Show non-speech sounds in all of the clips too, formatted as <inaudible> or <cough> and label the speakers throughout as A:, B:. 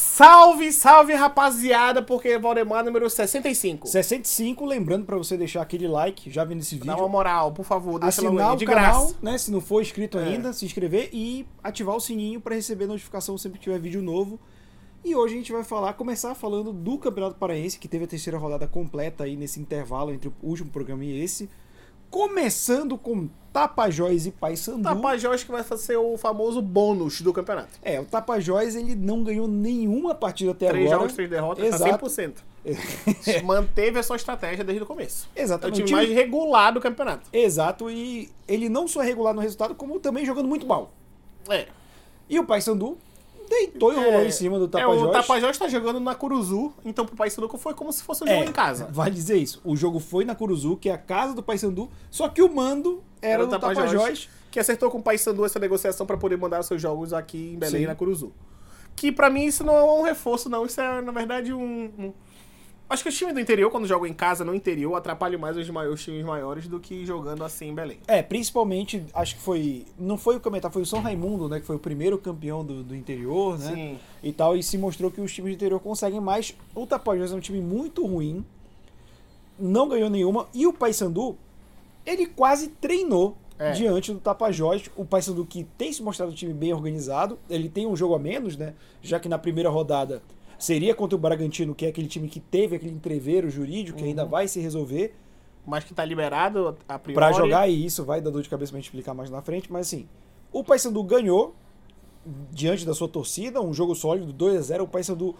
A: Salve, salve rapaziada, porque é Valdemar número 65.
B: 65, lembrando pra você deixar aquele like, já vendo esse
A: Dá
B: vídeo.
A: uma moral, por favor, deixa lá
B: assinar
A: o
B: o
A: de
B: canal,
A: graça.
B: né? Se não for inscrito
A: É.
B: ainda, se inscrever e ativar o sininho para receber notificação sempre que tiver vídeo novo. E hoje a gente vai falar, começar falando do Campeonato Paraense, que teve a terceira rodada completa aí nesse intervalo entre o último programa e esse. Começando com Tapajós e Paysandu.
A: Tapajós que vai ser o famoso bônus do campeonato.
B: É, o Tapajós ele não ganhou nenhuma partida até
A: Três
B: agora.
A: jogos, três derrotas,
B: Exato.
A: tá
B: <laughs>
A: 100%. Manteve a sua estratégia desde o começo. É o
B: Exatamente.
A: time
B: O
A: mais
B: Tá time-
A: regular do campeonato.
B: Exato, e ele não só é regular no resultado, como também jogando muito mal.
A: É.
B: E o Paysandu deitou e rolou em cima do
A: É,
B: Tapajós.
A: o Tapajós tá jogando na Curuzu, então pro Paysandu foi como se
B: É.
A: fosse um jogo em casa.
B: Vai dizer isso. O jogo foi na Curuzu, que é a casa do Paysandu, só que o mando era, do Tapajós.
A: que acertou com o Paysandu essa negociação pra poder mandar os seus jogos aqui em Belém,
B: Sim.
A: na Curuzu. Que pra mim isso não é um reforço, não. Isso é, na verdade, um. um- Acho que o time do interior, quando joga em casa no interior, atrapalha mais os, mai- os times maiores do que jogando assim em Belém.
B: É, principalmente, acho que foi. Não foi o Cametá, foi o São Raimundo, né? Que foi o primeiro campeão do, do interior, né?
A: Sim.
B: E tal, e se mostrou que os times do interior conseguem mais. O Tapajós é um time muito ruim, não ganhou nenhuma. E o Paysandu, ele quase treinou
A: É.
B: diante do Tapajós. O Paysandu que tem se mostrado um time bem organizado, ele tem um jogo a menos, né? Já que na primeira rodada seria contra o Bragantino, que é aquele time que teve aquele entreveiro jurídico, que
A: Uhum.
B: ainda vai se resolver
A: Mas que tá liberado a priori.
B: pra jogar e isso vai dar dor de cabeça pra gente explicar mais na frente, mas assim, o Paysandu ganhou diante da sua torcida, um jogo sólido, 2 a 0 o Paysandu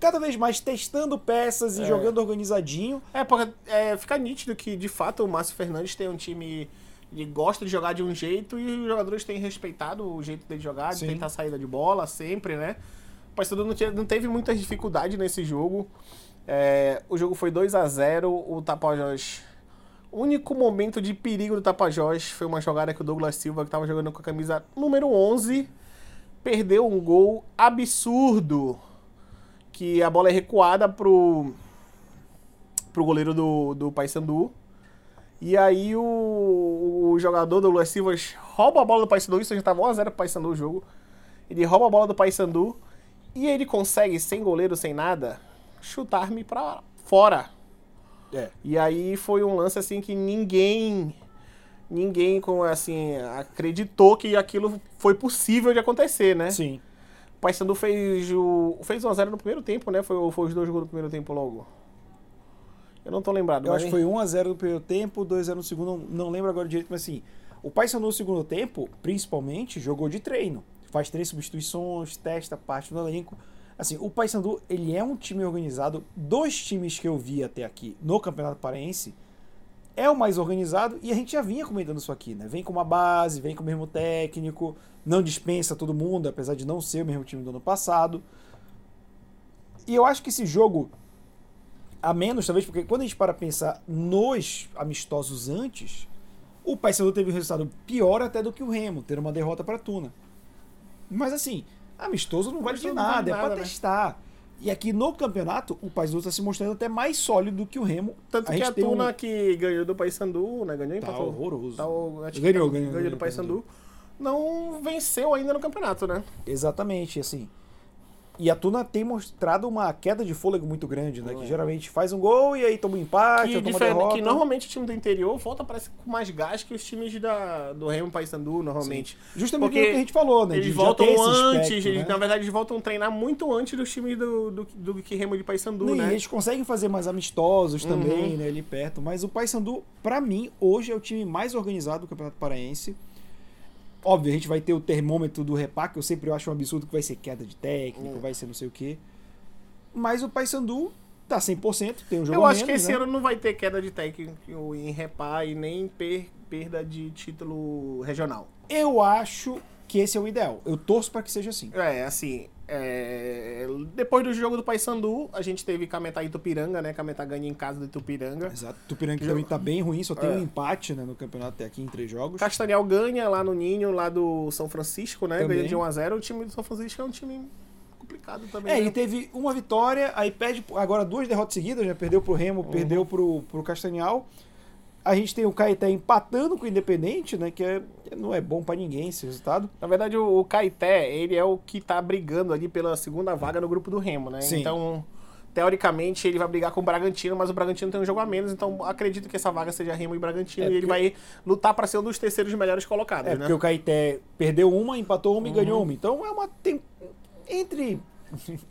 B: cada vez mais testando peças e jogando organizadinho.
A: É, porque é, fica nítido que, de fato, o Márcio Fernandes tem um time. Ele gosta de jogar de um jeito e os jogadores têm respeitado o jeito dele jogar,
B: Sim.
A: de tentar saída de bola sempre, né? O Paysandu não, tinha- não teve muita dificuldade nesse jogo. É, o jogo foi 2 a 0 o Tapajós. O único momento de perigo do Tapajós foi uma jogada que o Douglas Silva, que estava jogando com a camisa número 11, perdeu um gol absurdo. Que a bola é recuada pro pro goleiro do, do Paysandu. E aí o, o jogador do Luas Silvas rouba a bola do Paysandu, isso já tava 1x0 pro Paysandu o jogo. Ele rouba a bola do Paysandu e ele consegue, sem goleiro, sem nada, chutar-me pra fora.
B: É.
A: E aí foi um lance assim que ninguém ninguém com assim acreditou que aquilo foi possível de acontecer, né?
B: Sim.
A: O Paysandu fez o fez 1 a 0 no primeiro tempo, né? Foi, o- foi os dois gols do primeiro tempo logo. Eu não tô lembrado,
B: Eu
A: mas
B: acho que foi 1 a 0 no primeiro tempo, 2 a 0 no segundo, não lembro agora direito, mas assim, o Paysandu no segundo tempo, principalmente, jogou de treino. Faz três substituições, testa parte do elenco. Assim, o Paysandu, ele é um time organizado. Dos times que eu vi até aqui no Campeonato Paraense, é o mais organizado e a gente já vinha comentando isso aqui, né? Vem com uma base, vem com o mesmo técnico, não dispensa todo mundo, apesar de não ser o mesmo time do ano passado. E eu acho que esse jogo, a menos talvez, porque quando a gente para pensar nos amistosos antes, o Paysandu teve um resultado pior até do que o Remo, ter uma derrota para Tuna. Mas assim, amistoso não vale de
A: Amistoso
B: nada,
A: não vale
B: é para
A: nada, né?
B: testar. E aqui no campeonato, o Paysandu está se mostrando até mais sólido do que o Remo.
A: Tanto
B: a
A: que
B: gente
A: a
B: tem um-
A: Tuna que ganhou do Paysandu, né? Ganhou em
B: Tá horroroso.
A: Tá, o- acho que
B: Ganhou,
A: tá-
B: ganhou, ganhou
A: do
B: do
A: Paysandu. Não venceu ainda no campeonato, né?
B: Exatamente, assim. E a Tuna tem mostrado uma queda de fôlego muito grande, né? Que geralmente faz um gol e aí toma um empate,
A: É. Que,
B: ou toma
A: diferen-
B: derrota.
A: que normalmente o time do interior volta parece com mais gás que os times da, do Remo e Paysandu, normalmente.
B: Justamente
A: Porque
B: o que a gente falou, né? De-
A: Eles
B: já
A: voltam
B: ter esse
A: antes,
B: aspecto,
A: eles-
B: né?
A: na verdade eles voltam a treinar muito antes dos times do, do, do que Remo de Paysandu,
B: E
A: né? Uhum.
B: eles conseguem fazer mais amistosos também, né, ali perto. Mas o Paysandu, pra mim, hoje é o time mais organizado do Campeonato Paraense. Óbvio, a gente vai ter o termômetro do Repac, que eu sempre acho um absurdo que vai ser queda de
A: É.
B: técnico, vai ser não sei o quê. Mas o Paysandu tá 100%, tem um jogo
A: Eu
B: a
A: acho que
B: menos,
A: esse
B: né?
A: ano não vai ter queda de técnico em repá e nem per- perda de título regional.
B: Eu acho que esse é o ideal. Eu torço pra que seja assim.
A: É, assim, é, depois do jogo do Paysandu, a gente teve Cametá e Itupiranga, né? Cametá ganha em casa do Itupiranga.
B: Exato. O Tupiranga também tá bem ruim, só tem
A: É.
B: um empate né, no campeonato até aqui em três jogos.
A: Castanhal ganha lá no Ninho, lá do São Francisco, né?
B: Também.
A: Ganha de 1x0. O time do São Francisco é um time complicado também.
B: É,
A: né?
B: ele teve uma né,
A: Uhum.
B: vitória, aí perde agora duas derrotas seguidas, já perdeu pro Remo, perdeu pro, pro Castanhal. A gente tem o Caeté empatando com o Independente, né? Que é, não é bom pra ninguém esse resultado.
A: Na verdade, o, o Caeté, ele é o que tá brigando ali pela segunda vaga no grupo do Remo, né?
B: Sim.
A: Então, teoricamente, ele vai brigar com o Bragantino, mas o Bragantino tem um jogo a menos, então acredito que essa vaga seja Remo e Bragantino,
B: É
A: e ele
B: porque-
A: vai lutar pra ser um dos terceiros melhores colocados,
B: É,
A: né? Uhum.
B: porque o Caeté perdeu uma, empatou uma e ganhou uma. Então é uma. Tem, entre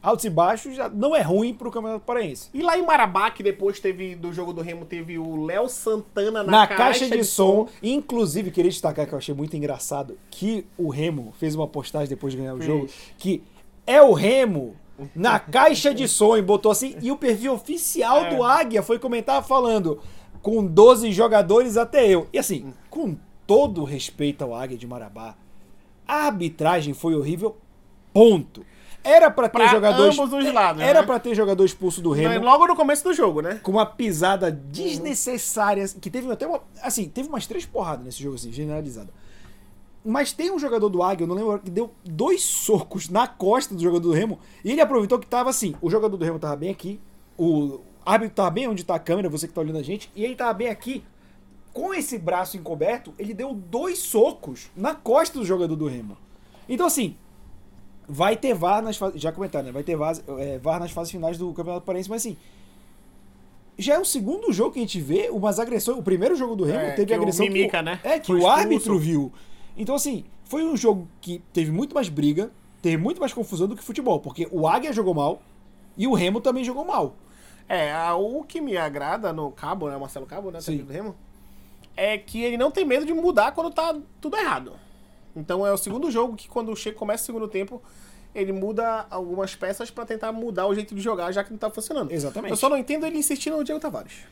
B: altos e baixos, já não é ruim pro Campeonato Paraense.
A: E lá em Marabá, que depois teve do jogo do Remo, teve o Léo Santana na,
B: Na caixa, de, som, inclusive, queria destacar que eu achei muito engraçado que o Remo fez uma postagem depois de ganhar o
A: Fez.
B: jogo, que é o Remo na caixa de som e botou assim, e o perfil oficial
A: É.
B: do Águia foi comentar falando com 12 jogadores até eu. E
A: Hum.
B: assim, com todo o respeito ao Águia de Marabá, a arbitragem foi horrível, ponto. Era pra ter
A: Pra
B: jogadores
A: ambos os lados, né?
B: Era
A: é
B: pra ter jogador expulso do Remo
A: Logo no começo do jogo, né?
B: com uma pisada desnecessária, que teve até uma, assim, teve umas três porradas nesse jogo assim, generalizada. Mas tem um jogador do Águia, eu não lembro, agora, que deu dois socos na costa do jogador do Remo, e ele aproveitou que tava assim, o jogador do Remo tava bem aqui, o árbitro tava bem onde tá a câmera, você que tá olhando a gente, e ele tava bem aqui. Com esse braço encoberto, ele deu dois socos na costa do jogador do Remo. Então assim, vai ter VAR nas fases, já comentaram, né? Vai ter VAR, é, VAR nas fases finais do Campeonato Paraense, mas assim, já é o segundo jogo que a gente vê umas agressões. O primeiro jogo do Remo
A: É,
B: teve
A: que o
B: agressão. que
A: Mimica,
B: o,
A: né?
B: É, que
A: Foi
B: o
A: expulso.
B: árbitro viu. Então, assim, foi um jogo que teve muito mais briga, teve muito mais confusão do que futebol, porque o Águia jogou mal e o Remo também jogou mal.
A: É, a- o que me agrada no Cabo, né? Marcelo Cabo, né?
B: Sim.
A: técnico do Remo, é que ele não tem medo de mudar quando tá tudo errado. Então é o segundo jogo que quando chega, começa o segundo tempo, ele muda algumas peças pra tentar mudar o jeito de jogar, já que não tá funcionando.
B: Exatamente.
A: Eu só não entendo ele insistindo no Diego Tavares.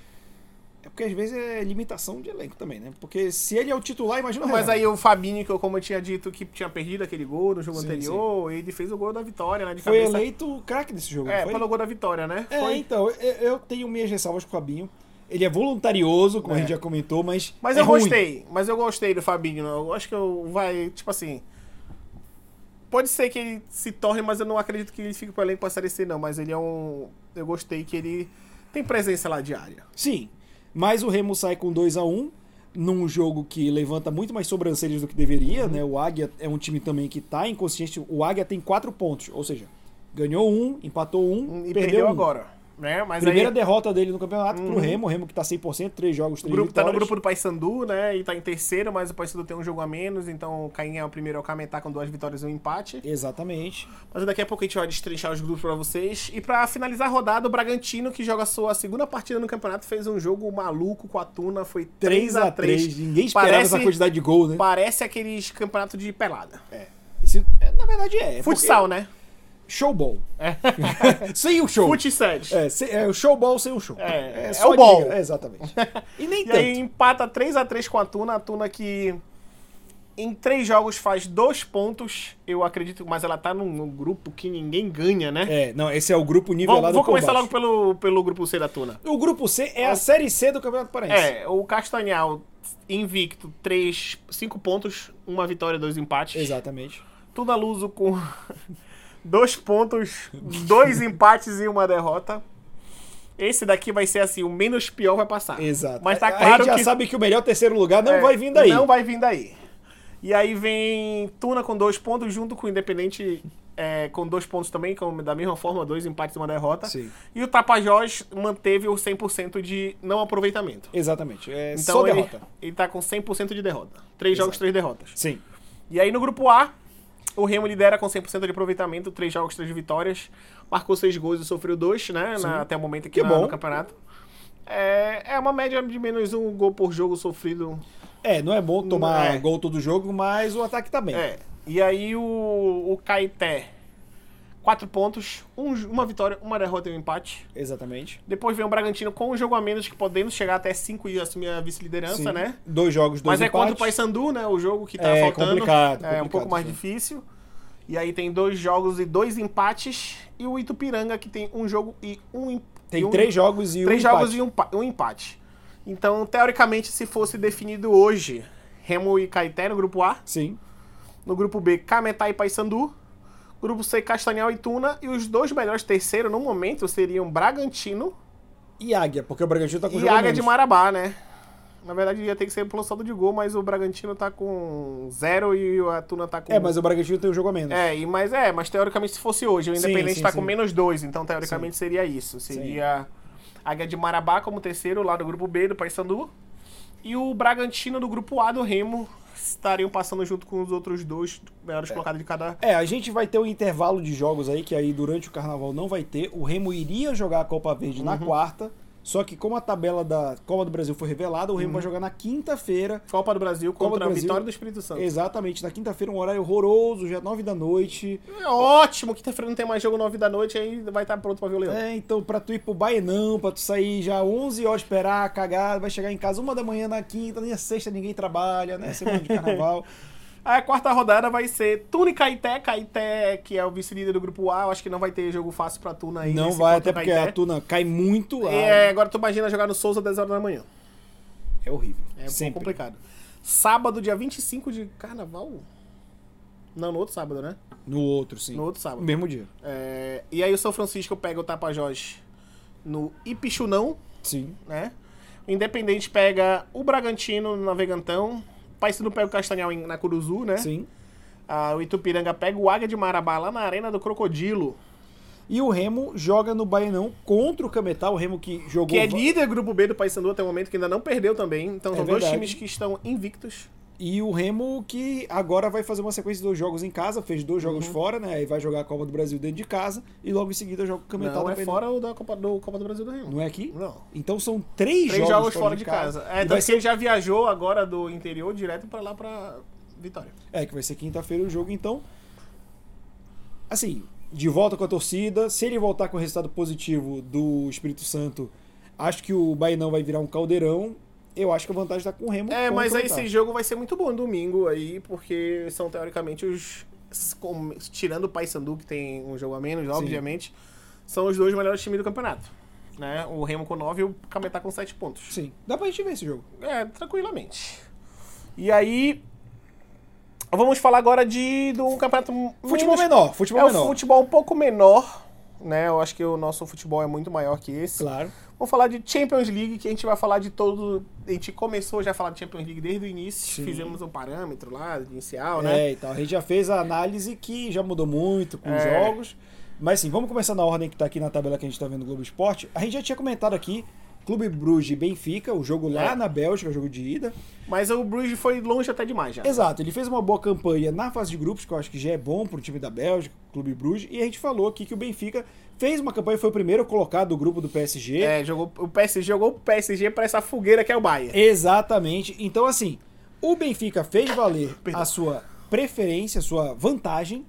B: É porque às vezes é limitação de elenco também, né? Porque se ele é o titular, imagina o
A: Mas
B: Renan.
A: aí o Fabinho, que eu, como eu tinha dito, que tinha perdido aquele gol no jogo
B: Sim,
A: anterior, ele fez o gol da vitória, né? De
B: foi
A: cabeça.
B: eleito o craque desse jogo.
A: É,
B: não foi?
A: pelo gol da vitória, né?
B: É,
A: Foi.
B: então, eu, eu tenho minhas ressalvas com o Fabinho. Ele é voluntarioso, como a
A: É.
B: gente já comentou, mas.
A: Mas
B: é
A: eu
B: ruim.
A: gostei, mas eu gostei do Fabinho. Eu acho que eu vai, tipo assim. Pode ser que ele se torne, mas eu não acredito que ele fique pro elenco pra série C, não. Mas ele é um. Eu gostei que ele tem presença lá diária.
B: Sim. Mas o Remo sai com 2 a 1 num jogo que levanta muito mais sobrancelhas do que deveria,
A: Uhum.
B: né? O Águia é um time também que tá inconsciente. O Águia tem quatro pontos, ou seja, ganhou um, empatou um
A: E perdeu,
B: um.
A: agora. Né? Mas
B: Primeira
A: aí
B: derrota dele no campeonato pro Remo, o Remo que tá 100%, três jogos,
A: o
B: três
A: grupo tá no
B: vitórias.
A: grupo do Paysandu, né? E tá em terceiro, mas o Paysandu tem um jogo a menos, então o Caim é o primeiro ao Cametá com duas vitórias e um empate.
B: Exatamente.
A: Mas daqui a pouco a gente vai destrinchar os grupos pra vocês. E pra finalizar a rodada, o Bragantino, que joga a sua segunda partida no campeonato, fez um jogo maluco com a Tuna, foi
B: 3 a 3
A: 3x3.
B: ninguém esperava
A: Parece-
B: essa quantidade de gol, né?
A: Parece aqueles campeonato de pelada.
B: Esse- é, na verdade é. é
A: Futsal, né?
B: porque- Showball.
A: É.
B: <laughs> Sem o show.
A: Fut 7.
B: É, se- é o showball sem o show.
A: É, é
B: só
A: o ball.
B: diga. É,
A: <laughs>
B: exatamente. E nem
A: E
B: tanto.
A: aí empata 3 a 3 com a Tuna. A Tuna que em três jogos faz dois pontos. Eu acredito, mas ela tá num, num grupo que ninguém ganha, né?
B: É, não, esse é o grupo nivelado
A: Vamos, vou
B: por
A: começar
B: baixo.
A: logo pelo, pelo grupo C da Tuna.
B: O grupo C é a Série C do Campeonato Paraense.
A: É, o Castanhal invicto, 3, 5 pontos, uma vitória, dois empates.
B: Exatamente.
A: Tuna Luso com <laughs> 2 pontos,
B: <laughs>
A: dois empates e uma derrota. Esse daqui vai ser assim, o menos pior vai passar.
B: Exato.
A: Mas tá
B: a
A: claro
B: gente já
A: que
B: sabe que o melhor terceiro lugar não
A: é,
B: vai vir daí.
A: Não vai vir daí. E aí vem Tuna com dois pontos, junto com o Independente é, com dois pontos também, com, da mesma forma, dois empates e uma derrota.
B: Sim.
A: E o Tapajós manteve o 100% de não aproveitamento.
B: Exatamente. É
A: Então
B: só
A: ele,
B: derrota.
A: ele tá com 100% de derrota. Três jogos, três derrotas.
B: Sim.
A: E aí no grupo A, o Remo lidera com 100% de aproveitamento, três jogos, três vitórias. Marcou seis gols e sofreu dois, né? na- até o momento aqui
B: Que
A: na-
B: bom.
A: no campeonato. É, é uma média de menos um gol por jogo sofrido.
B: É, não é bom tomar
A: É.
B: gol todo jogo, mas o ataque tá bem.
A: É. E aí o, o Caeté, quatro pontos, um j- uma vitória, uma derrota e um empate.
B: Exatamente.
A: Depois vem o Bragantino com um jogo a menos, que podendo chegar até cinco e assumir a vice-liderança,
B: Sim.
A: né?
B: Dois jogos, dois
A: Mas é contra o
B: empates.
A: Paysandu, né? O jogo que tá
B: É,
A: faltando.
B: complicado,
A: é um
B: complicado,
A: pouco mais
B: sim.
A: difícil. E aí tem dois jogos e dois empates. E o Itupiranga, que tem um jogo e um em-
B: Tem
A: e um-
B: três jogos e
A: três
B: um empate.
A: jogos e um, pa- um empate. Então, teoricamente, se fosse definido hoje, Remo e Caeté no grupo A.
B: Sim.
A: No grupo B, Cametá e Paysandu. Grupo C, Castanhal e Tuna. E os dois melhores terceiros, no momento, seriam Bragantino
B: E Águia, porque o Bragantino tá com
A: e
B: jogo a
A: Águia de
B: menos.
A: Marabá, né? Na verdade, ia ter que ser impulsado de gol, mas o Bragantino tá com zero e o Atuna tá com.
B: É, mas o Bragantino tem um jogo a menos.
A: É, e, mas é, mas teoricamente se fosse hoje, o
B: Sim,
A: Independente
B: sim,
A: tá
B: sim.
A: com menos dois, então teoricamente seria isso. Seria a Águia de Marabá como terceiro lá do grupo B do Paysandu. E o Bragantino do grupo A do Remo estariam passando junto com os outros dois melhores colocados de cada.
B: É, a gente vai ter um intervalo de jogos aí, que aí durante o carnaval não vai ter. O Remo iria jogar a Copa Verde
A: Uhum.
B: na quarta, só que como a tabela da Copa do Brasil foi revelada, o
A: Uhum.
B: Remo vai jogar na quinta-feira.
A: Copa do Brasil
B: Copa do
A: contra a
B: Brasil.
A: Vitória do Espírito Santo.
B: Exatamente, na quinta-feira, um horário horroroso, já é nove da noite.
A: É ótimo, quinta-feira não tem mais jogo nove da noite, aí vai estar pronto pra ver o Leão.
B: É, então pra tu ir pro Baenão, pra tu sair já 11 horas, esperar, cagar, vai chegar em casa uma da manhã na quinta, nem a sexta ninguém trabalha, né? Semana de
A: <laughs>
B: carnaval.
A: A quarta rodada vai ser Tuna e Caeté. Caeté, que é o vice-líder do grupo A, eu acho que não vai ter jogo fácil pra Tuna aí.
B: não
A: nesse
B: vai,
A: contra
B: até
A: o
B: porque
A: Caeté.
B: a Tuna cai muito lá.
A: É, agora tu imagina jogar no Souza 10 horas da manhã.
B: É horrível.
A: É um pouco
B: Sempre.
A: complicado. Sábado, dia 25 de carnaval? Não, no outro sábado, né?
B: No outro, sim.
A: No outro sábado.
B: Mesmo dia.
A: É, e aí o São Francisco pega o Tapajós no Ipixunão,
B: Sim.
A: né? O Independente pega o Bragantino no Navegantão. O Paysandu pega o Castanhal em- na Curuzu, né?
B: Sim.
A: Ah, o Itupiranga pega o Águia de Marabá lá na Arena do Crocodilo.
B: E o Remo joga no Baenão contra o Cametá, o Remo que jogou.
A: Que é líder do grupo B do Paysandu até o momento, que ainda não perdeu também. Então
B: É
A: são dois
B: verdade.
A: times que estão invictos.
B: E o Remo que agora vai fazer uma sequência de dois jogos em casa, fez dois jogos
A: Uhum.
B: fora, né? Aí vai jogar a Copa do Brasil dentro de casa e logo em seguida joga o Cametá
A: Não,
B: no
A: é
B: Baenão.
A: fora o da Copa do, Copa do Brasil do Rio.
B: Não é aqui?
A: Não.
B: Então são três,
A: Três jogos, fora de casa. É,
B: e
A: tanto
B: vai
A: que
B: ser-
A: ele já viajou agora do interior direto pra lá pra Vitória.
B: É, que vai ser quinta-feira o jogo, então. Assim, de volta com a torcida. Se ele voltar com o resultado positivo do Espírito Santo, acho que o Bainão vai virar um caldeirão. Eu acho que a vantagem tá com o Remo.
A: É, mas aí
B: contra o
A: esse jogo vai ser muito bom domingo aí, porque são teoricamente os. com- Tirando o Paysandu, que tem um jogo a menos, obviamente, são os dois melhores times do campeonato. Né? O Remo com 9 e o Cametá com 7 pontos.
B: Sim, dá pra gente ver esse jogo.
A: É, tranquilamente. E aí. Vamos falar agora de do campeonato
B: Futebol
A: menos-
B: menor, futebol
A: é
B: menor.
A: o futebol um pouco menor, né? Eu acho que o nosso futebol é muito maior que esse.
B: Claro.
A: Vamos falar de Champions League, que a gente vai falar de todo. A gente começou já a falar de Champions League desde o início.
B: Sim.
A: Fizemos um parâmetro lá inicial, né?
B: É, então a gente já fez a análise que já mudou muito com os
A: É.
B: jogos. Mas sim, vamos começar na ordem que tá aqui na tabela que a gente tá vendo no Globo Esporte. A gente já tinha comentado aqui Clube Bruges e Benfica, o jogo lá
A: É.
B: na Bélgica, o jogo de ida.
A: Mas o Bruges foi longe até demais já.
B: Exato, ele fez uma boa campanha na fase de grupos, que eu acho que já é bom pro time da Bélgica, Clube Bruges, e a gente falou aqui que o Benfica fez uma campanha, foi o primeiro colocado do grupo do PSG.
A: É, jogou, o PSG jogou o PSG pra essa fogueira que é o Bayern.
B: Exatamente. Então, assim, o Benfica fez
A: <laughs>
B: valer a sua preferência, a sua vantagem,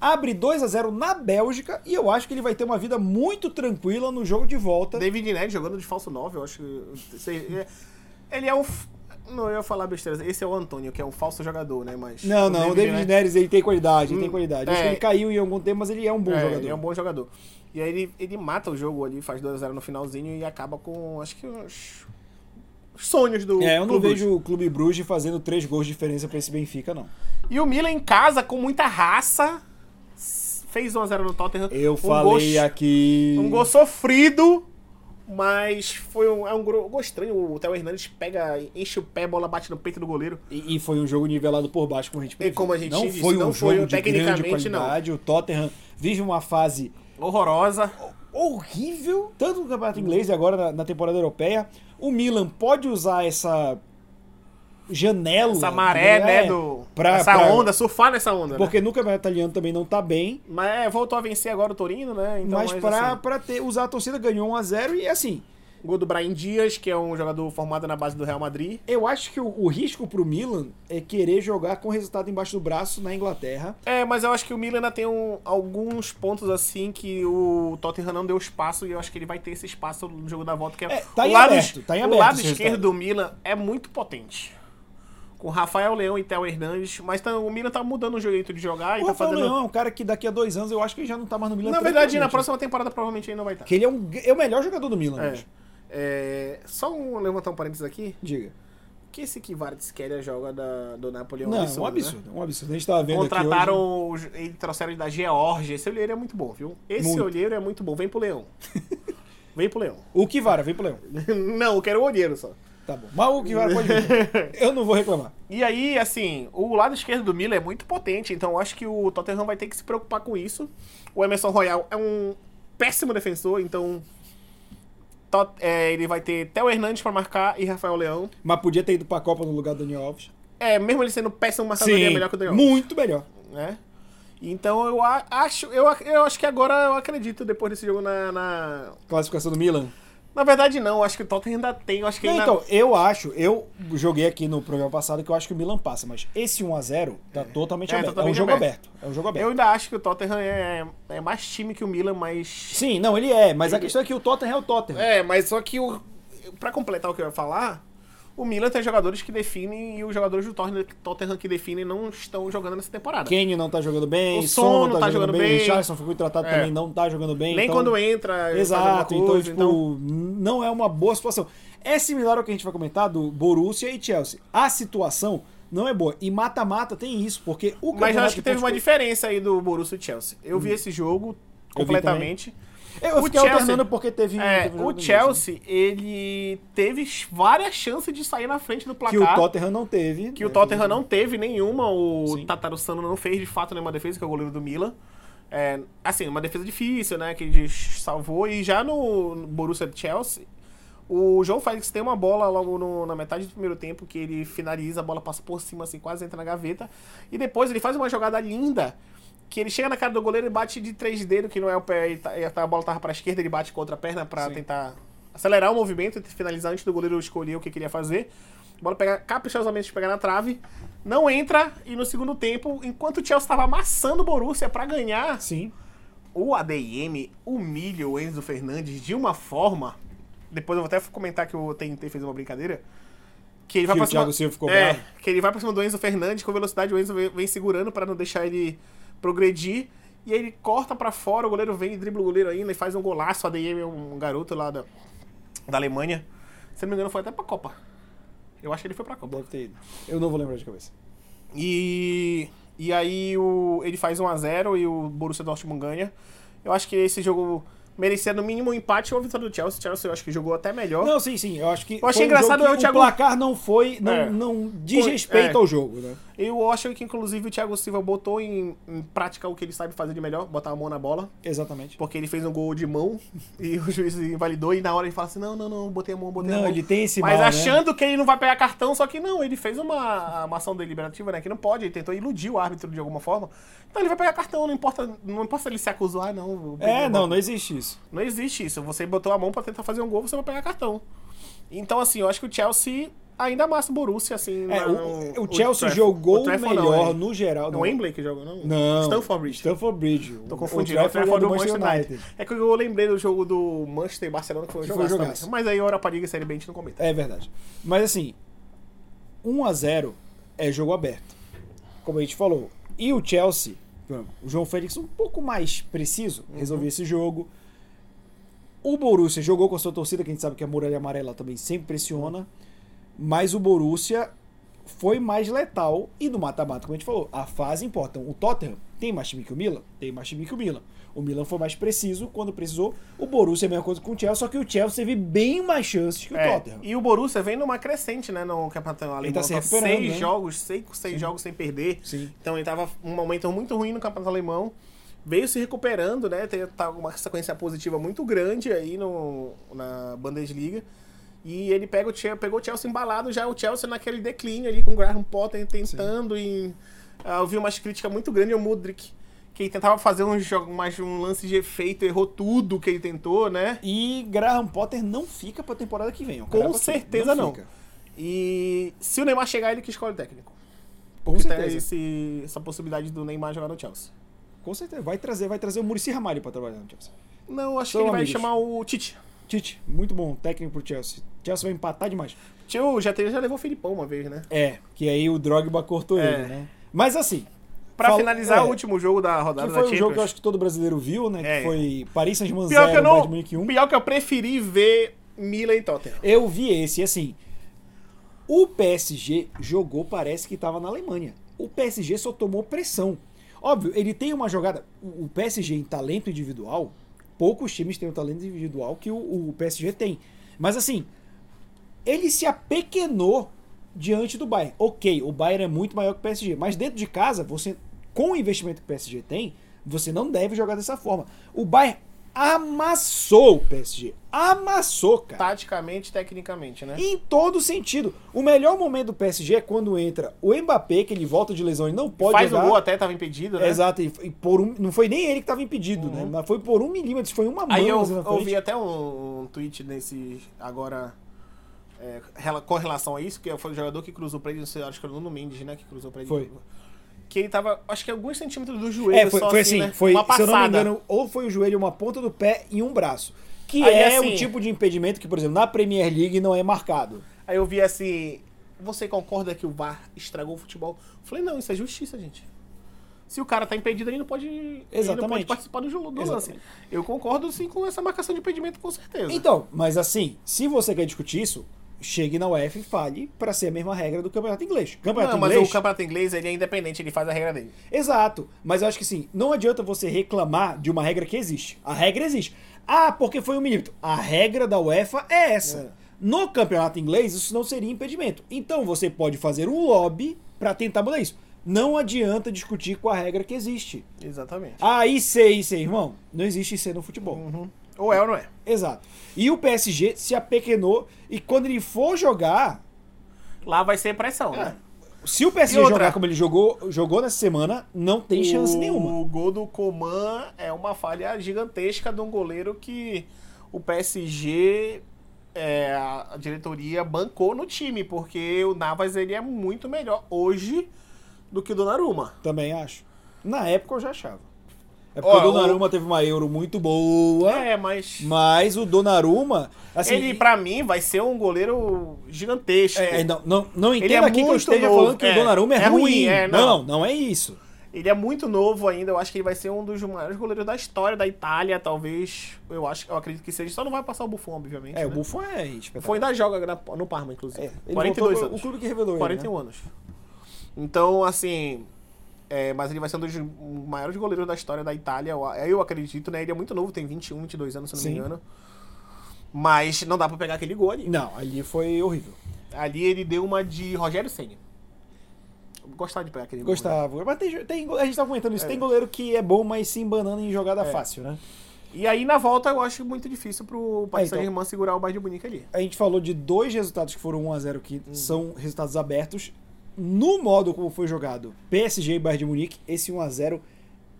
B: abre 2 a 0 na Bélgica e eu acho que ele vai ter uma vida muito tranquila no jogo de volta.
A: David Neres jogando de falso 9, eu acho que. sei- é- Ele é um. f- Não, eu ia falar besteira. Esse é o Antônio, que é um falso jogador, né? Mas.
B: Não, não, o David é Neres ele tem qualidade, ele tem
A: né? Hum,
B: qualidade. Acho
A: é.
B: que ele caiu em algum tempo, mas ele é um bom
A: é,
B: jogador.
A: Ele é um bom jogador. E aí ele, ele mata o jogo ali, faz 2x0 no finalzinho e acaba com, acho que, os os sonhos do.
B: É, eu não
A: clube.
B: vejo o Clube Bruges fazendo três gols de diferença pra esse Benfica, não.
A: E o Milan em casa, com muita raça, s- fez 1x0 no Tottenham.
B: Eu
A: um gol,
B: falei
A: s-
B: aqui.
A: Um gol sofrido, mas foi um, é um gro- gol estranho. O Theo Hernandes pega, enche o pé, a bola bate no peito do goleiro.
B: E, e foi um jogo nivelado por baixo, como a gente
A: E como a gente
B: Não
A: disse,
B: foi um
A: não foi,
B: jogo de grande
A: tecnicamente, não.
B: qualidade. O Tottenham vive uma fase
A: Horrorosa.
B: horrível, tanto no campeonato inglês e agora na, na temporada europeia. O Milan pode usar essa janela,
A: Essa maré, né? Do,
B: é, pra-
A: essa
B: pra-
A: onda, surfar nessa onda. né?
B: Porque no campeonato italiano também não tá bem.
A: Mas é, voltou a vencer agora o Torino, né? Então,
B: mas pra,
A: assim,
B: pra ter, usar a torcida ganhou 1 a 0 e assim,
A: Gol do Brian Dias, que é um jogador formado na base do Real Madrid.
B: eu acho que o, o risco pro Milan é querer jogar com resultado embaixo do braço na Inglaterra.
A: É, mas eu acho que o Milan ainda tem um- alguns pontos assim que o Tottenham não deu espaço e eu acho que ele vai ter esse espaço no jogo da volta. Que é,
B: É, tá
A: o
B: em
A: lado,
B: aberto, tá em
A: o
B: aberto
A: lado
B: esse
A: esquerdo do
B: resultado.
A: Milan é muito potente. Com Rafael Leão e Theo Hernandes, mas tá- o Milan tá mudando o jeito de jogar e
B: O
A: tá
B: Rafael
A: fazendo.
B: Leão é um cara que daqui a dois anos eu acho que ele já não tá mais no Milan.
A: Na verdade, na
B: tranquilamente.
A: próxima temporada provavelmente ele não vai tá. estar.
B: Que ele é, um, é o melhor jogador do Milan.
A: É.
B: hoje.
A: É, só um, levantar um parênteses aqui.
B: Diga.
A: Que esse Kvaratskhelia joga da- do Napoli é um
B: Não,
A: absurdo,
B: um
A: né?
B: absurdo. Um absurdo. A gente tava vendo aqui hoje.
A: Contrataram o- ele trouxeram ele da Geórgia. Esse olheiro é muito bom, viu? Esse
B: Muito.
A: olheiro é
B: <laughs>
A: muito bom. Vem pro Leão. <laughs> Vem pro Leão.
B: O Kivara, vem pro Leão.
A: Não, eu quero o olheiro só.
B: Tá bom. Mas o que vai pode vir.
A: <laughs>
B: Eu não vou reclamar.
A: E aí, assim, o lado esquerdo do Miller é muito potente, então eu acho que o Tottenham vai ter que se preocupar com isso. O Emerson Royal é um péssimo defensor, então Tot- é, ele vai ter Theo Hernandes pra marcar e Rafael Leão.
B: Mas podia ter ido pra Copa no lugar do Daniel Alves.
A: É, mesmo ele sendo péssimo marcador, ele é melhor que o Daniel.
B: muito melhor.
A: né? Então eu a- acho, eu, ac- eu acho que agora eu acredito depois desse jogo na. Na,
B: Classificação do Milan.
A: na verdade, não, eu acho que o Tottenham ainda tem. Eu acho que
B: Não,
A: ainda.
B: então, eu acho, eu joguei aqui no programa passado que eu acho que o Milan passa, mas esse 1x0 tá totalmente
A: É,
B: aberto. é um
A: totalmente
B: jogo
A: aberto.
B: aberto. É um jogo aberto.
A: eu ainda acho que o Tottenham é, é mais time que o Milan, mas.
B: Sim, não, ele é, mas a questão é que o Tottenham é o Tottenham.
A: É, mas só que o. Pra completar o que eu ia falar, o Milan tem jogadores que definem e os jogadores do Tottenham- Tottenham que definem não estão jogando nessa temporada.
B: Kane não tá jogando
A: O
B: bem, o
A: Son
B: Son não tá, jogando, bem, Richardson foi contratado
A: É.
B: também, não tá jogando bem.
A: Nem
B: então-
A: quando entra. faz alguma
B: Exato, então,
A: coisa,
B: tipo, não é uma boa situação. É similar ao que a gente vai comentar do Borussia e Chelsea. A situação não é boa. E mata-mata tem isso, porque o
A: Mas eu
B: campeonato
A: acho que
B: de
A: teve uma
B: pontos-
A: diferença aí do Borussia e Chelsea. Eu vi esse jogo
B: Hum. também.
A: completamente.
B: Eu, eu
A: O
B: fiquei
A: Chelsea-
B: alternando porque teve.
A: É,
B: teve um jogo
A: o
B: do
A: Chelsea, ele teve várias chances de sair na frente do
B: Milan,
A: placar.
B: Que o Tottenham não teve.
A: que o Tottenham não teve nenhuma. O
B: Sim.
A: Tataru Sano não fez, de fato, nenhuma defesa, que é o goleiro do Milan. É, assim, uma defesa difícil, né? Que ele salvou. E já no Borussia e Chelsea, o João Félix tem uma bola logo no- na metade do primeiro tempo, que ele finaliza, a bola passa por cima, assim, quase entra na gaveta. E depois ele faz uma jogada linda, que ele chega na cara do goleiro e bate de três dedos, que não é o pé, e tá- e a bola tava pra esquerda, ele bate com a outra perna pra
B: Sim.
A: tentar acelerar o movimento e finalizar antes do goleiro escolher o que queria fazer. A bola pega caprichosamente pegar na trave, não entra, e no segundo tempo, enquanto o Chelsea tava amassando o Borussia pra ganhar,
B: Sim.
A: o ADM humilha o Enzo Fernandes de uma forma. Depois eu vou até comentar que o TNT fez uma brincadeira. Que ele vai
B: Que o
A: pra cima-
B: Thiago Silva ficou
A: é,
B: bravo.
A: Que ele vai pra cima do Enzo Fernandes, com velocidade o Enzo vem, vem segurando pra não deixar ele progredir. E aí ele corta pra fora, o goleiro vem e dribla o goleiro ainda e faz um golaço. O ADM é um garoto lá da, da Alemanha. Se não me engano, foi até pra Copa. Eu acho que ele foi pra Copa.
B: Deve ter ido. Eu não vou lembrar de cabeça.
A: E, e aí o, ele faz 1x0 e o Borussia Dortmund ganha. Eu acho que esse jogo merecia no mínimo um empate ou a vitória do Chelsea. O Chelsea eu acho que jogou até melhor.
B: Não, sim, sim. Eu acho que.
A: Eu achei
B: foi um jogo
A: engraçado
B: que
A: é o
B: o
A: Thiago-
B: placar não foi. Não,
A: É.
B: não diz respeito
A: é.
B: ao jogo, né?
A: Eu acho que inclusive o Thiago Silva botou em, em prática o que ele sabe fazer de melhor, botar a mão na bola.
B: Exatamente.
A: Porque ele fez um gol de mão <laughs> e o juiz invalidou e na hora ele fala assim, não, não, não, botei a mão, botei a
B: Não,
A: mão.
B: ele tem esse
A: Mas
B: mal, né?
A: achando que ele não vai pegar cartão, só que não, ele fez uma, uma ação deliberativa, né? Que não pode, ele tentou iludir o árbitro de alguma forma. Então ele vai pegar cartão, não importa, não importa se ele se acusar, não. eu peguei
B: É,
A: o
B: não, não existe isso.
A: não existe isso. Você botou a mão pra tentar fazer um gol, você vai pegar cartão. Então, assim, eu acho que o Chelsea ainda amassa o Borussia, assim.
B: É,
A: na- no-
B: o, o Chelsea
A: Trafford-
B: jogou
A: o Trafford não,
B: melhor
A: é-
B: no geral.
A: É o Wembley que jogou, não?
B: Não.
A: Stanford Bridge.
B: Stanford Bridge.
A: Tô
B: O-
A: confundindo. É o Trafford do Manchester United. É que eu lembrei do jogo do Manchester e Barcelona, que foi um
B: Que foi um
A: jogaço. também.
B: jogaço.
A: Mas aí, Europa League e Série B, a gente não comenta.
B: É verdade. Mas assim, 1 a 0 é jogo aberto. Como a gente falou. E o Chelsea, o João Félix um pouco mais preciso, resolveu esse jogo. O Borussia jogou com a sua torcida, que a gente sabe que a muralha amarela também sempre pressiona. Mas o Borussia foi mais letal e no mata-mata, como a gente falou, a fase importa. O Tottenham tem mais time que o Milan? Tem mais time que o Milan. O Milan foi mais preciso quando precisou. O Borussia é a mesma coisa com o Chelsea, só que o Chelsea teve bem mais chances que o
A: É,
B: Tottenham.
A: e o Borussia vem numa crescente, né, no campeonato alemão.
B: tá se
A: São
B: recuperando,
A: seis
B: né?
A: jogos, seis, seis jogos sem perder.
B: Sim.
A: Então ele tava um momento muito ruim no campeonato alemão. Veio se recuperando, né? Tem- Tá uma sequência positiva muito grande aí no, na Bundesliga. E ele pega o Chelsea, pegou o Chelsea embalado, já o Chelsea naquele declínio ali com o Graham Potter tentando em ah, eu vi umas críticas muito grandes ao Mudrik, que ele tentava fazer um jogo, mas um lance de efeito, errou tudo que ele tentou, né?
B: E Graham Potter não fica pra temporada que vem. ó.
A: Com
B: Caramba,
A: certeza não.
B: fica.
A: E se o Neymar chegar, ele que escolhe o técnico.
B: Com
A: Porque tem
B: certeza.
A: esse- essa possibilidade do Neymar jogar no Chelsea.
B: Com certeza. Vai trazer, vai trazer o Muricy Ramalho pra trabalhar no Chelsea.
A: Não, acho
B: São
A: que ele
B: amigos.
A: vai chamar o Tite.
B: Tite, muito bom técnico pro Chelsea. Chelsea vai empatar demais.
A: Tio já, teve- já levou o Filipão uma vez, né?
B: É, que aí o Drogba cortou
A: É.
B: ele, né? Mas assim.
A: Pra
B: fal-
A: finalizar
B: é,
A: o último jogo da rodada
B: Que
A: da
B: foi o
A: Champions.
B: jogo que eu acho que todo brasileiro viu, né?
A: É.
B: Que foi Paris Saint-Germain
A: pior, que eu
B: 0, Bayern de Munique
A: não,
B: 1.
A: pior que eu preferi ver Milan e Tottenham.
B: Eu vi esse, e assim. O PSG jogou, parece que estava na Alemanha. O PSG só tomou pressão. Óbvio, ele tem uma jogada. O o PSG em talento individual, um poucos times têm o talento individual que o, o PSG tem. Mas assim, ele se apequenou diante do Bayern. Ok, o Bayern é muito maior que o PSG, mas dentro de casa, você com o investimento que o PSG tem, você não deve jogar dessa forma. O Bayern amassou o PSG. Amassou, cara.
A: Taticamente, tecnicamente, né?
B: Em todo sentido. O melhor momento do PSG é quando entra o Mbappé, que ele volta de lesão e não pode
A: Faz
B: jogar. É,
A: o gol até, tava impedido, né? Uhum.
B: Exato, e e por um, não foi nem ele que estava impedido, né? Mas foi por um né, milímetro, foi uma mão.
A: Aí eu
B: mais na frente.
A: ouvi até um, um tweet nesse agora é, rela- com relação a isso, que foi o jogador que cruzou pra ele, não sei, acho que era o Nuno Mendes, né? Que cruzou pra ele.
B: Foi.
A: Que ele tava, acho que alguns centímetros do joelho,
B: É, foi,
A: só
B: foi
A: assim,
B: assim,
A: né?
B: foi,
A: uma
B: se eu
A: passada.
B: não me engano, ou foi o joelho, uma ponta do pé e um braço. Que
A: Aí,
B: é
A: assim-
B: um tipo de impedimento que, por exemplo, na Premier League não é marcado.
A: Aí eu vi assim, você concorda que o VAR estragou o futebol? Eu falei, não, isso é justiça, gente. Se o cara tá impedido, ele não pode, Ele não pode
B: Exatamente.
A: participar do, jogo- do lance.
B: Exatamente.
A: Eu concordo, sim, com essa marcação de impedimento, com certeza.
B: Então, mas assim, se você quer discutir isso, chegue na UEFA e fale pra ser a mesma regra do campeonato inglês. Campeonato
A: não, mas
B: inglês.
A: o campeonato inglês, ele é independente, ele faz a regra dele.
B: Exato. Mas eu acho que sim, não adianta você reclamar de uma regra que existe. A regra existe. Ah, porque foi um milímetro. A regra da UEFA é essa. No campeonato inglês, isso não seria impedimento. Então você pode fazer um lobby pra tentar mudar isso. Não adianta discutir com a regra que existe.
A: Exatamente.
B: Ah, IC, IC, irmão. Não existe IC no futebol.
A: Ou é ou não é.
B: Exato. E o PSG se apequenou e quando ele for jogar,
A: Lá vai ser pressão,
B: É,
A: né?
B: se o
A: E
B: PSG
A: outra?
B: jogar como ele jogou, jogou nessa semana, não tem chance nenhuma.
A: O gol do Coman é uma falha gigantesca de um goleiro que o PSG, é, a diretoria, bancou no time, porque o Navas ele é muito melhor hoje do que o Donnarumma.
B: Também acho. Na época eu já achava. É
A: Ó,
B: porque o Donnarumma teve uma Euro muito boa,
A: É, mas
B: mas o Donnarumma, assim,
A: ele, pra mim, vai ser um goleiro gigantesco.
B: é, é, não, não, não
A: Ele
B: entenda
A: é
B: aqui que eu
A: muito
B: esteja
A: novo,
B: falando que
A: é.
B: o Donnarumma é,
A: É ruim,
B: ruim.
A: é, não.
B: não. não, é isso.
A: Ele é muito novo ainda, eu acho que ele vai ser um dos maiores goleiros da história da Itália, talvez. Eu acho, eu acredito que seja. Só não vai passar o Buffon, obviamente.
B: É, o
A: né?
B: Buffon é espetacular.
A: Foi ainda joga na- no Parma, inclusive.
B: É, ele
A: 42
B: voltou,
A: anos.
B: O clube que revelou ele, né?
A: 41 anos. Então, assim. é, mas ele vai ser um dos maiores goleiros da história da Itália. Eu, eu acredito, né? Ele é muito novo, tem 21, 22 anos, se não me
B: Sim.
A: engano. Mas não dá pra pegar aquele gol ali.
B: Não, ali foi horrível.
A: Ali ele deu uma de Rogério Senna. Eu Gostava de pegar aquele gol. né?
B: Gostava. Mas tem, tem, a gente tá comentando isso. Tem goleiro que é bom, mas se embanando em jogada
A: É.
B: fácil, né?
A: Né? E aí na volta eu acho muito difícil pro Paris
B: É, então.
A: Saint-Germain segurar o Bayern de Munique ali.
B: A gente falou de dois resultados que foram 1x0, que
A: Uhum.
B: são resultados abertos. No modo como foi jogado PSG e Bayern de Munique, esse 1x0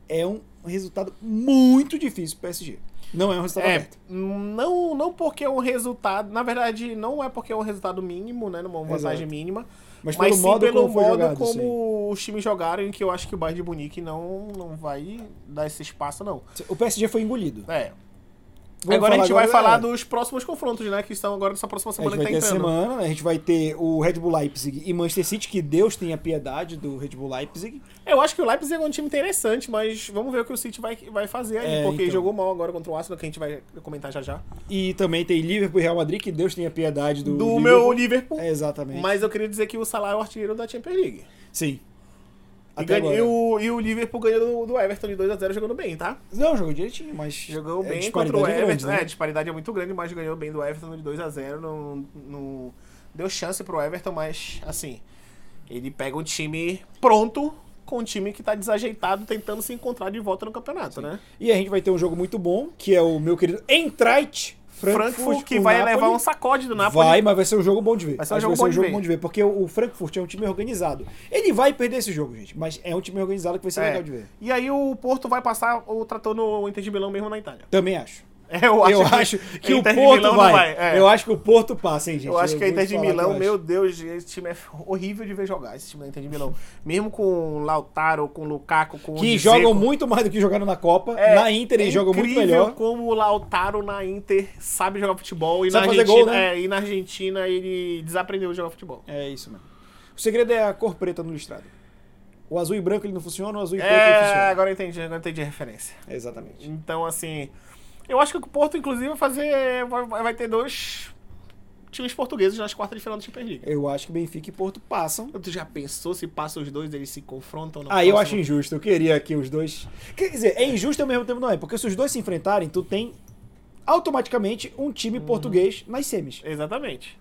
B: é um resultado muito difícil pro PSG. Não é um resultado
A: É,
B: aberto.
A: não, não porque é um resultado. Na verdade, não é porque é um resultado mínimo, né? Numa vantagem
B: Exato.
A: mínima. Mas,
B: Mas pelo
A: sim
B: modo
A: pelo
B: como foi
A: modo
B: jogado,
A: como
B: sim.
A: os times jogaram, em que eu acho que o Bayern de Munique não, não vai dar esse espaço, não.
B: O PSG foi engolido.
A: É.
B: Vamos
A: agora a gente vai
B: é,
A: falar dos próximos confrontos, né? Que estão agora nessa próxima
B: A gente
A: semana que
B: vai
A: tá
B: ter a
A: entrando.
B: semana, né? a gente vai ter o Red Bull Leipzig e Manchester City, que Deus tenha piedade do Red Bull Leipzig.
A: Eu acho que o Leipzig é um time interessante, mas vamos ver o que o City vai, vai fazer aí,
B: É,
A: porque
B: então.
A: jogou mal agora contra o Arsenal, que a gente vai comentar já já.
B: E também tem Liverpool e Real Madrid, que Deus tenha piedade do.
A: Do, meu
B: Liverpool.
A: Liverpool.
B: É, exatamente.
A: Mas eu queria dizer que o Salah é o artilheiro da Champions League.
B: Sim.
A: E,
B: Até
A: ganha- e
B: agora.
A: o, e o Liverpool ganhou do, do Everton de 2x0 jogando bem, tá?
B: Não, jogou direitinho, mas.
A: Jogou
B: a
A: bem
B: disparidade
A: contra o
B: é
A: Everton.
B: grande,
A: né? A disparidade é muito grande, mas ganhou bem do Everton de 2x0. Não, não deu chance pro Everton, mas assim, ele pega um time pronto com um time que tá desajeitado tentando se encontrar de volta no campeonato, né?
B: E a gente vai ter um jogo muito bom, que é o meu querido Entrite Frankfurt,
A: Frankfurt, que
B: com
A: vai
B: Napoli.
A: levar um sacode do Napoli.
B: Vai, mas vai ser um jogo bom de ver.
A: Vai ser um
B: Acho
A: jogo
B: que
A: bom de ver.
B: porque o Frankfurt é um time organizado. Ele vai perder esse jogo, gente, mas é um time organizado que vai ser
A: É.
B: legal de ver.
A: E aí o Porto vai passar o trator no Inter de Milão mesmo na Itália. <laughs> É,
B: Também acho.
A: Eu
B: Eu acho que, o
A: Inter de
B: Porto
A: Milão não
B: vai.
A: é.
B: Eu acho que o Porto passa, hein, gente.
A: Eu acho que a
B: vou
A: Inter
B: te
A: de
B: falar que eu
A: Milão,
B: acho.
A: meu Deus, esse time é horrível de ver jogar, esse time da Inter de Milão. Mesmo com o Lautaro, com o Lukaku, com o
B: Que
A: Dzeko.
B: jogam muito mais do que jogaram na Copa.
A: um É,
B: na Inter eles
A: é
B: jogam muito
A: incrível
B: melhor.
A: como o Lautaro na Inter sabe jogar futebol e,
B: Sabe
A: na,
B: fazer
A: Argentina,
B: gol, né?
A: é, e na Argentina ele desaprendeu a jogar futebol.
B: É isso mesmo. O segredo é a cor preta no listrado. O azul e branco ele não funciona, o azul e preto ele
A: É,
B: funciona.
A: agora eu entendi, agora eu entendi a referência.
B: Exatamente.
A: Então, assim, eu acho que o Porto, inclusive, vai fazer. Vai, vai ter dois times portugueses nas quartas de final do Champions League.
B: Eu acho que Benfica e Porto passam.
A: Tu já pensou se passa os dois, eles se confrontam? no
B: Ah, eu acho
A: próximo?
B: injusto. Eu queria que os dois. Quer dizer, é injusto e ao mesmo tempo não é, porque se os dois se enfrentarem,
A: Uhum.
B: tu tem automaticamente um time português nas semis.
A: Exatamente.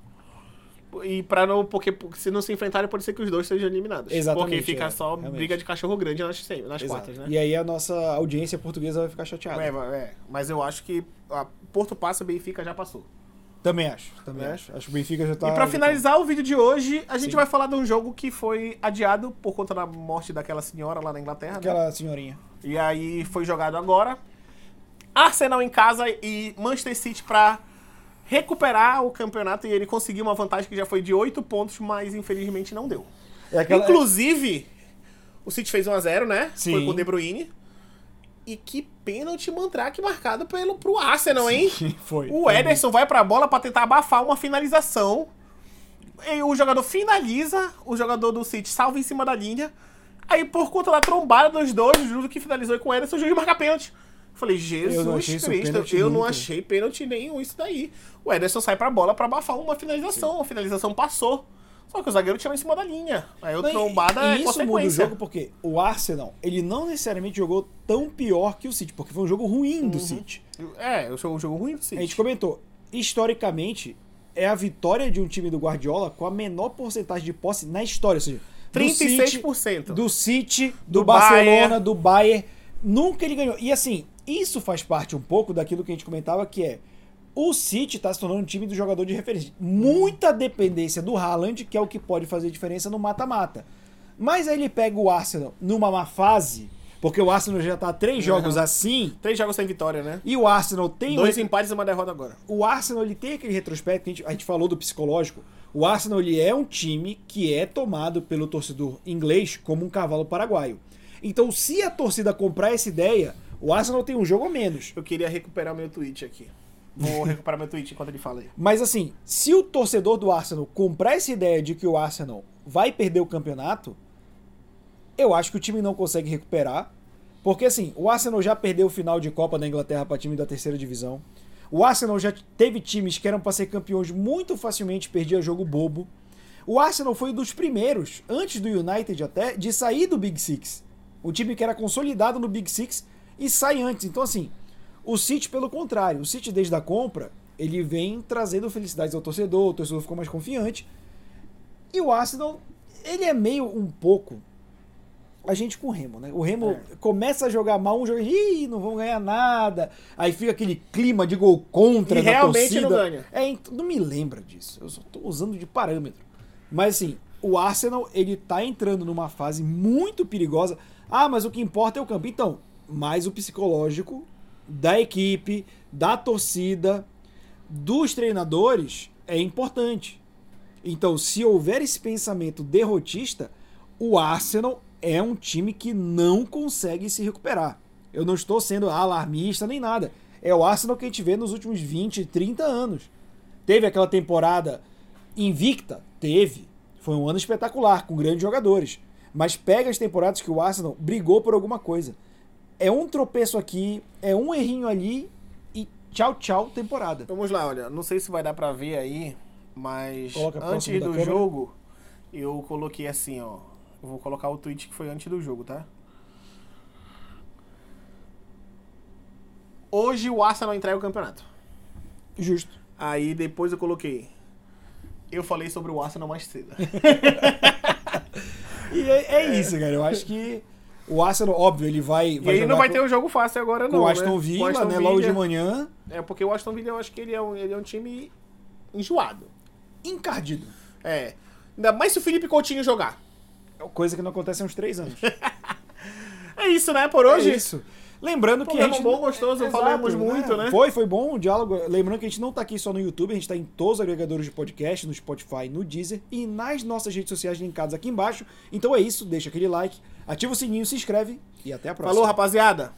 A: E pra não. Porque se não se enfrentarem, pode ser que os dois sejam eliminados.
B: Exatamente,
A: Porque fica
B: é,
A: só
B: realmente.
A: briga de cachorro grande nas, sem- nas
B: Exato.
A: quartas, né?
B: E aí a nossa audiência portuguesa vai ficar chateada.
A: É, vai- é, mas eu acho que a Porto passa, Benfica já passou. então.
B: Também acho, também acho. Acho que o Benfica já tá.
A: e pra
B: já
A: finalizar o vídeo de hoje, a gente
B: Sim.
A: vai falar de um jogo que foi adiado por conta da morte daquela senhora lá na Inglaterra.
B: tá-
A: né?
B: Aquela senhorinha.
A: E aí foi jogado agora. Arsenal em casa e Manchester City pra recuperar o campeonato e ele conseguiu uma vantagem que já foi de 8 pontos, mas infelizmente não deu.
B: É aquela.
A: Inclusive, o City fez 1x0, né? Foi
B: Sim.
A: com o De Bruyne. E que pênalti mandrake marcado pelo, pro Arsenal, hein?
B: <laughs> Foi.
A: O Ederson vai pra bola pra tentar abafar uma finalização. E o jogador finaliza, o jogador do City salva em cima da linha. Aí, por conta da trombada dos dois, o Júlio que finalizou com o Ederson, o juiz marca pênalti. Eu Falei, Jesus
B: achei isso
A: Cristo,
B: pênalti
A: eu não
B: nunca.
A: achei pênalti nenhum isso daí. O Ederson sai pra bola pra abafar uma finalização, a finalização passou. Só que o zagueiro tirou em cima da linha. Aí o
B: Não, e-
A: trombada
B: e
A: é
B: isso muda o
A: consequência.
B: jogo porque o Arsenal, ele não necessariamente jogou tão pior que o City, porque foi um jogo ruim
A: Uhum.
B: do City.
A: É, o jogo, o jogo ruim do
B: A gente
A: City.
B: comentou, historicamente, é a vitória de um time do Guardiola com a menor porcentagem de posse na história. Ou seja, do City-
A: 36%.
B: do City, do,
A: Então. Do
B: Barcelona,
A: Bayern.
B: do Bayern. Nunca ele ganhou. E assim, isso faz parte um pouco daquilo que a gente comentava, que é o City tá se tornando um time do jogador de referência. Muita dependência do Haaland, que é o que pode fazer diferença no mata-mata. Mas aí ele pega o Arsenal numa má fase, porque o Arsenal já tá
A: Uhum.
B: três jogos assim,
A: Três jogos sem vitória, né?
B: e o Arsenal tem
A: Dois empates e uma derrota agora.
B: o Arsenal ele tem aquele retrospecto que a gente, a gente falou do psicológico. O Arsenal ele é um time que é tomado pelo torcedor inglês como um cavalo paraguaio. Então, se a torcida comprar essa ideia, o Arsenal tem um jogo a menos.
A: Eu queria recuperar meu tweet aqui. Vou recuperar meu tweet enquanto ele fala aí.
B: Mas assim, se o torcedor do Arsenal comprar essa ideia de que o Arsenal vai perder o campeonato, eu acho que o time não consegue recuperar. Porque assim, o Arsenal já perdeu o final de Copa da Inglaterra para time da terceira divisão. O Arsenal já teve times que eram para ser campeões muito facilmente, perdia jogo bobo. O Arsenal foi um dos primeiros, antes do United até, de sair do Big Six. O time que era consolidado no Big Six e sai antes. Então, assim, o City, pelo contrário, o City desde a compra, ele vem trazendo felicidades ao torcedor, o torcedor ficou mais confiante. E o Arsenal, ele é meio um pouco a gente com o Remo, né? O Remo
A: É.
B: começa a jogar mal um jogo, ih, não vão ganhar nada. Aí fica aquele clima de gol contra
A: E
B: da
A: realmente não
B: torcida.
A: ganha.
B: É, ent- não me lembra disso. Eu só tô usando de parâmetro. Mas assim, o Arsenal, ele tá entrando numa fase muito perigosa. Ah, mas o que importa é o campo. Então, mais o psicológico da equipe, da torcida, dos treinadores é importante. Então, se houver esse pensamento derrotista, o Arsenal é um time que não consegue se recuperar. Eu não estou sendo alarmista nem nada. É o Arsenal que a gente vê nos últimos 20, 30 anos. Teve aquela temporada invicta? Teve. Foi um ano espetacular, com grandes jogadores. Mas pega as temporadas que o Arsenal brigou por alguma coisa. É um tropeço aqui, é um errinho ali e tchau, tchau, temporada.
A: Então, Vamos lá, olha. Não sei se vai dar pra ver aí, mas
B: Coloca próximo
A: antes
B: da
A: do
B: câmera.
A: jogo, eu coloquei assim, ó. Eu vou colocar o tweet que foi antes do jogo, tá? Hoje o Arsenal entrega o campeonato.
B: Justo.
A: Aí depois eu coloquei. Eu falei sobre o Arsenal mais
B: <laughs>
A: cedo.
B: E é, é isso, cara. Eu acho que o Arsenal, óbvio, ele vai.
A: e aí não
B: jogar
A: vai
B: com-
A: ter um jogo fácil agora,
B: com
A: não.
B: o
A: né?
B: Aston Villa,
A: Aston
B: né? Logo de
A: Villa.
B: manhã,
A: É porque o Aston Villa eu acho que ele é um, ele é um time enjoado.
B: encardido.
A: É. Ainda mais se o Felipe Coutinho jogar.
B: É uma coisa que não acontece há uns três anos.
A: É isso, né? Por hoje.
B: É isso. Lembrando que a
A: Programa
B: gente...
A: bom, gostoso, falamos muito, né?
B: Foi, foi bom o diálogo. Lembrando que a gente não tá aqui só no YouTube, a gente tá em todos os agregadores de podcast, no Spotify, no Deezer e nas nossas redes sociais linkadas aqui embaixo. Então é isso, deixa aquele like, ativa o sininho, se inscreve e até a próxima.
A: Falou, rapaziada.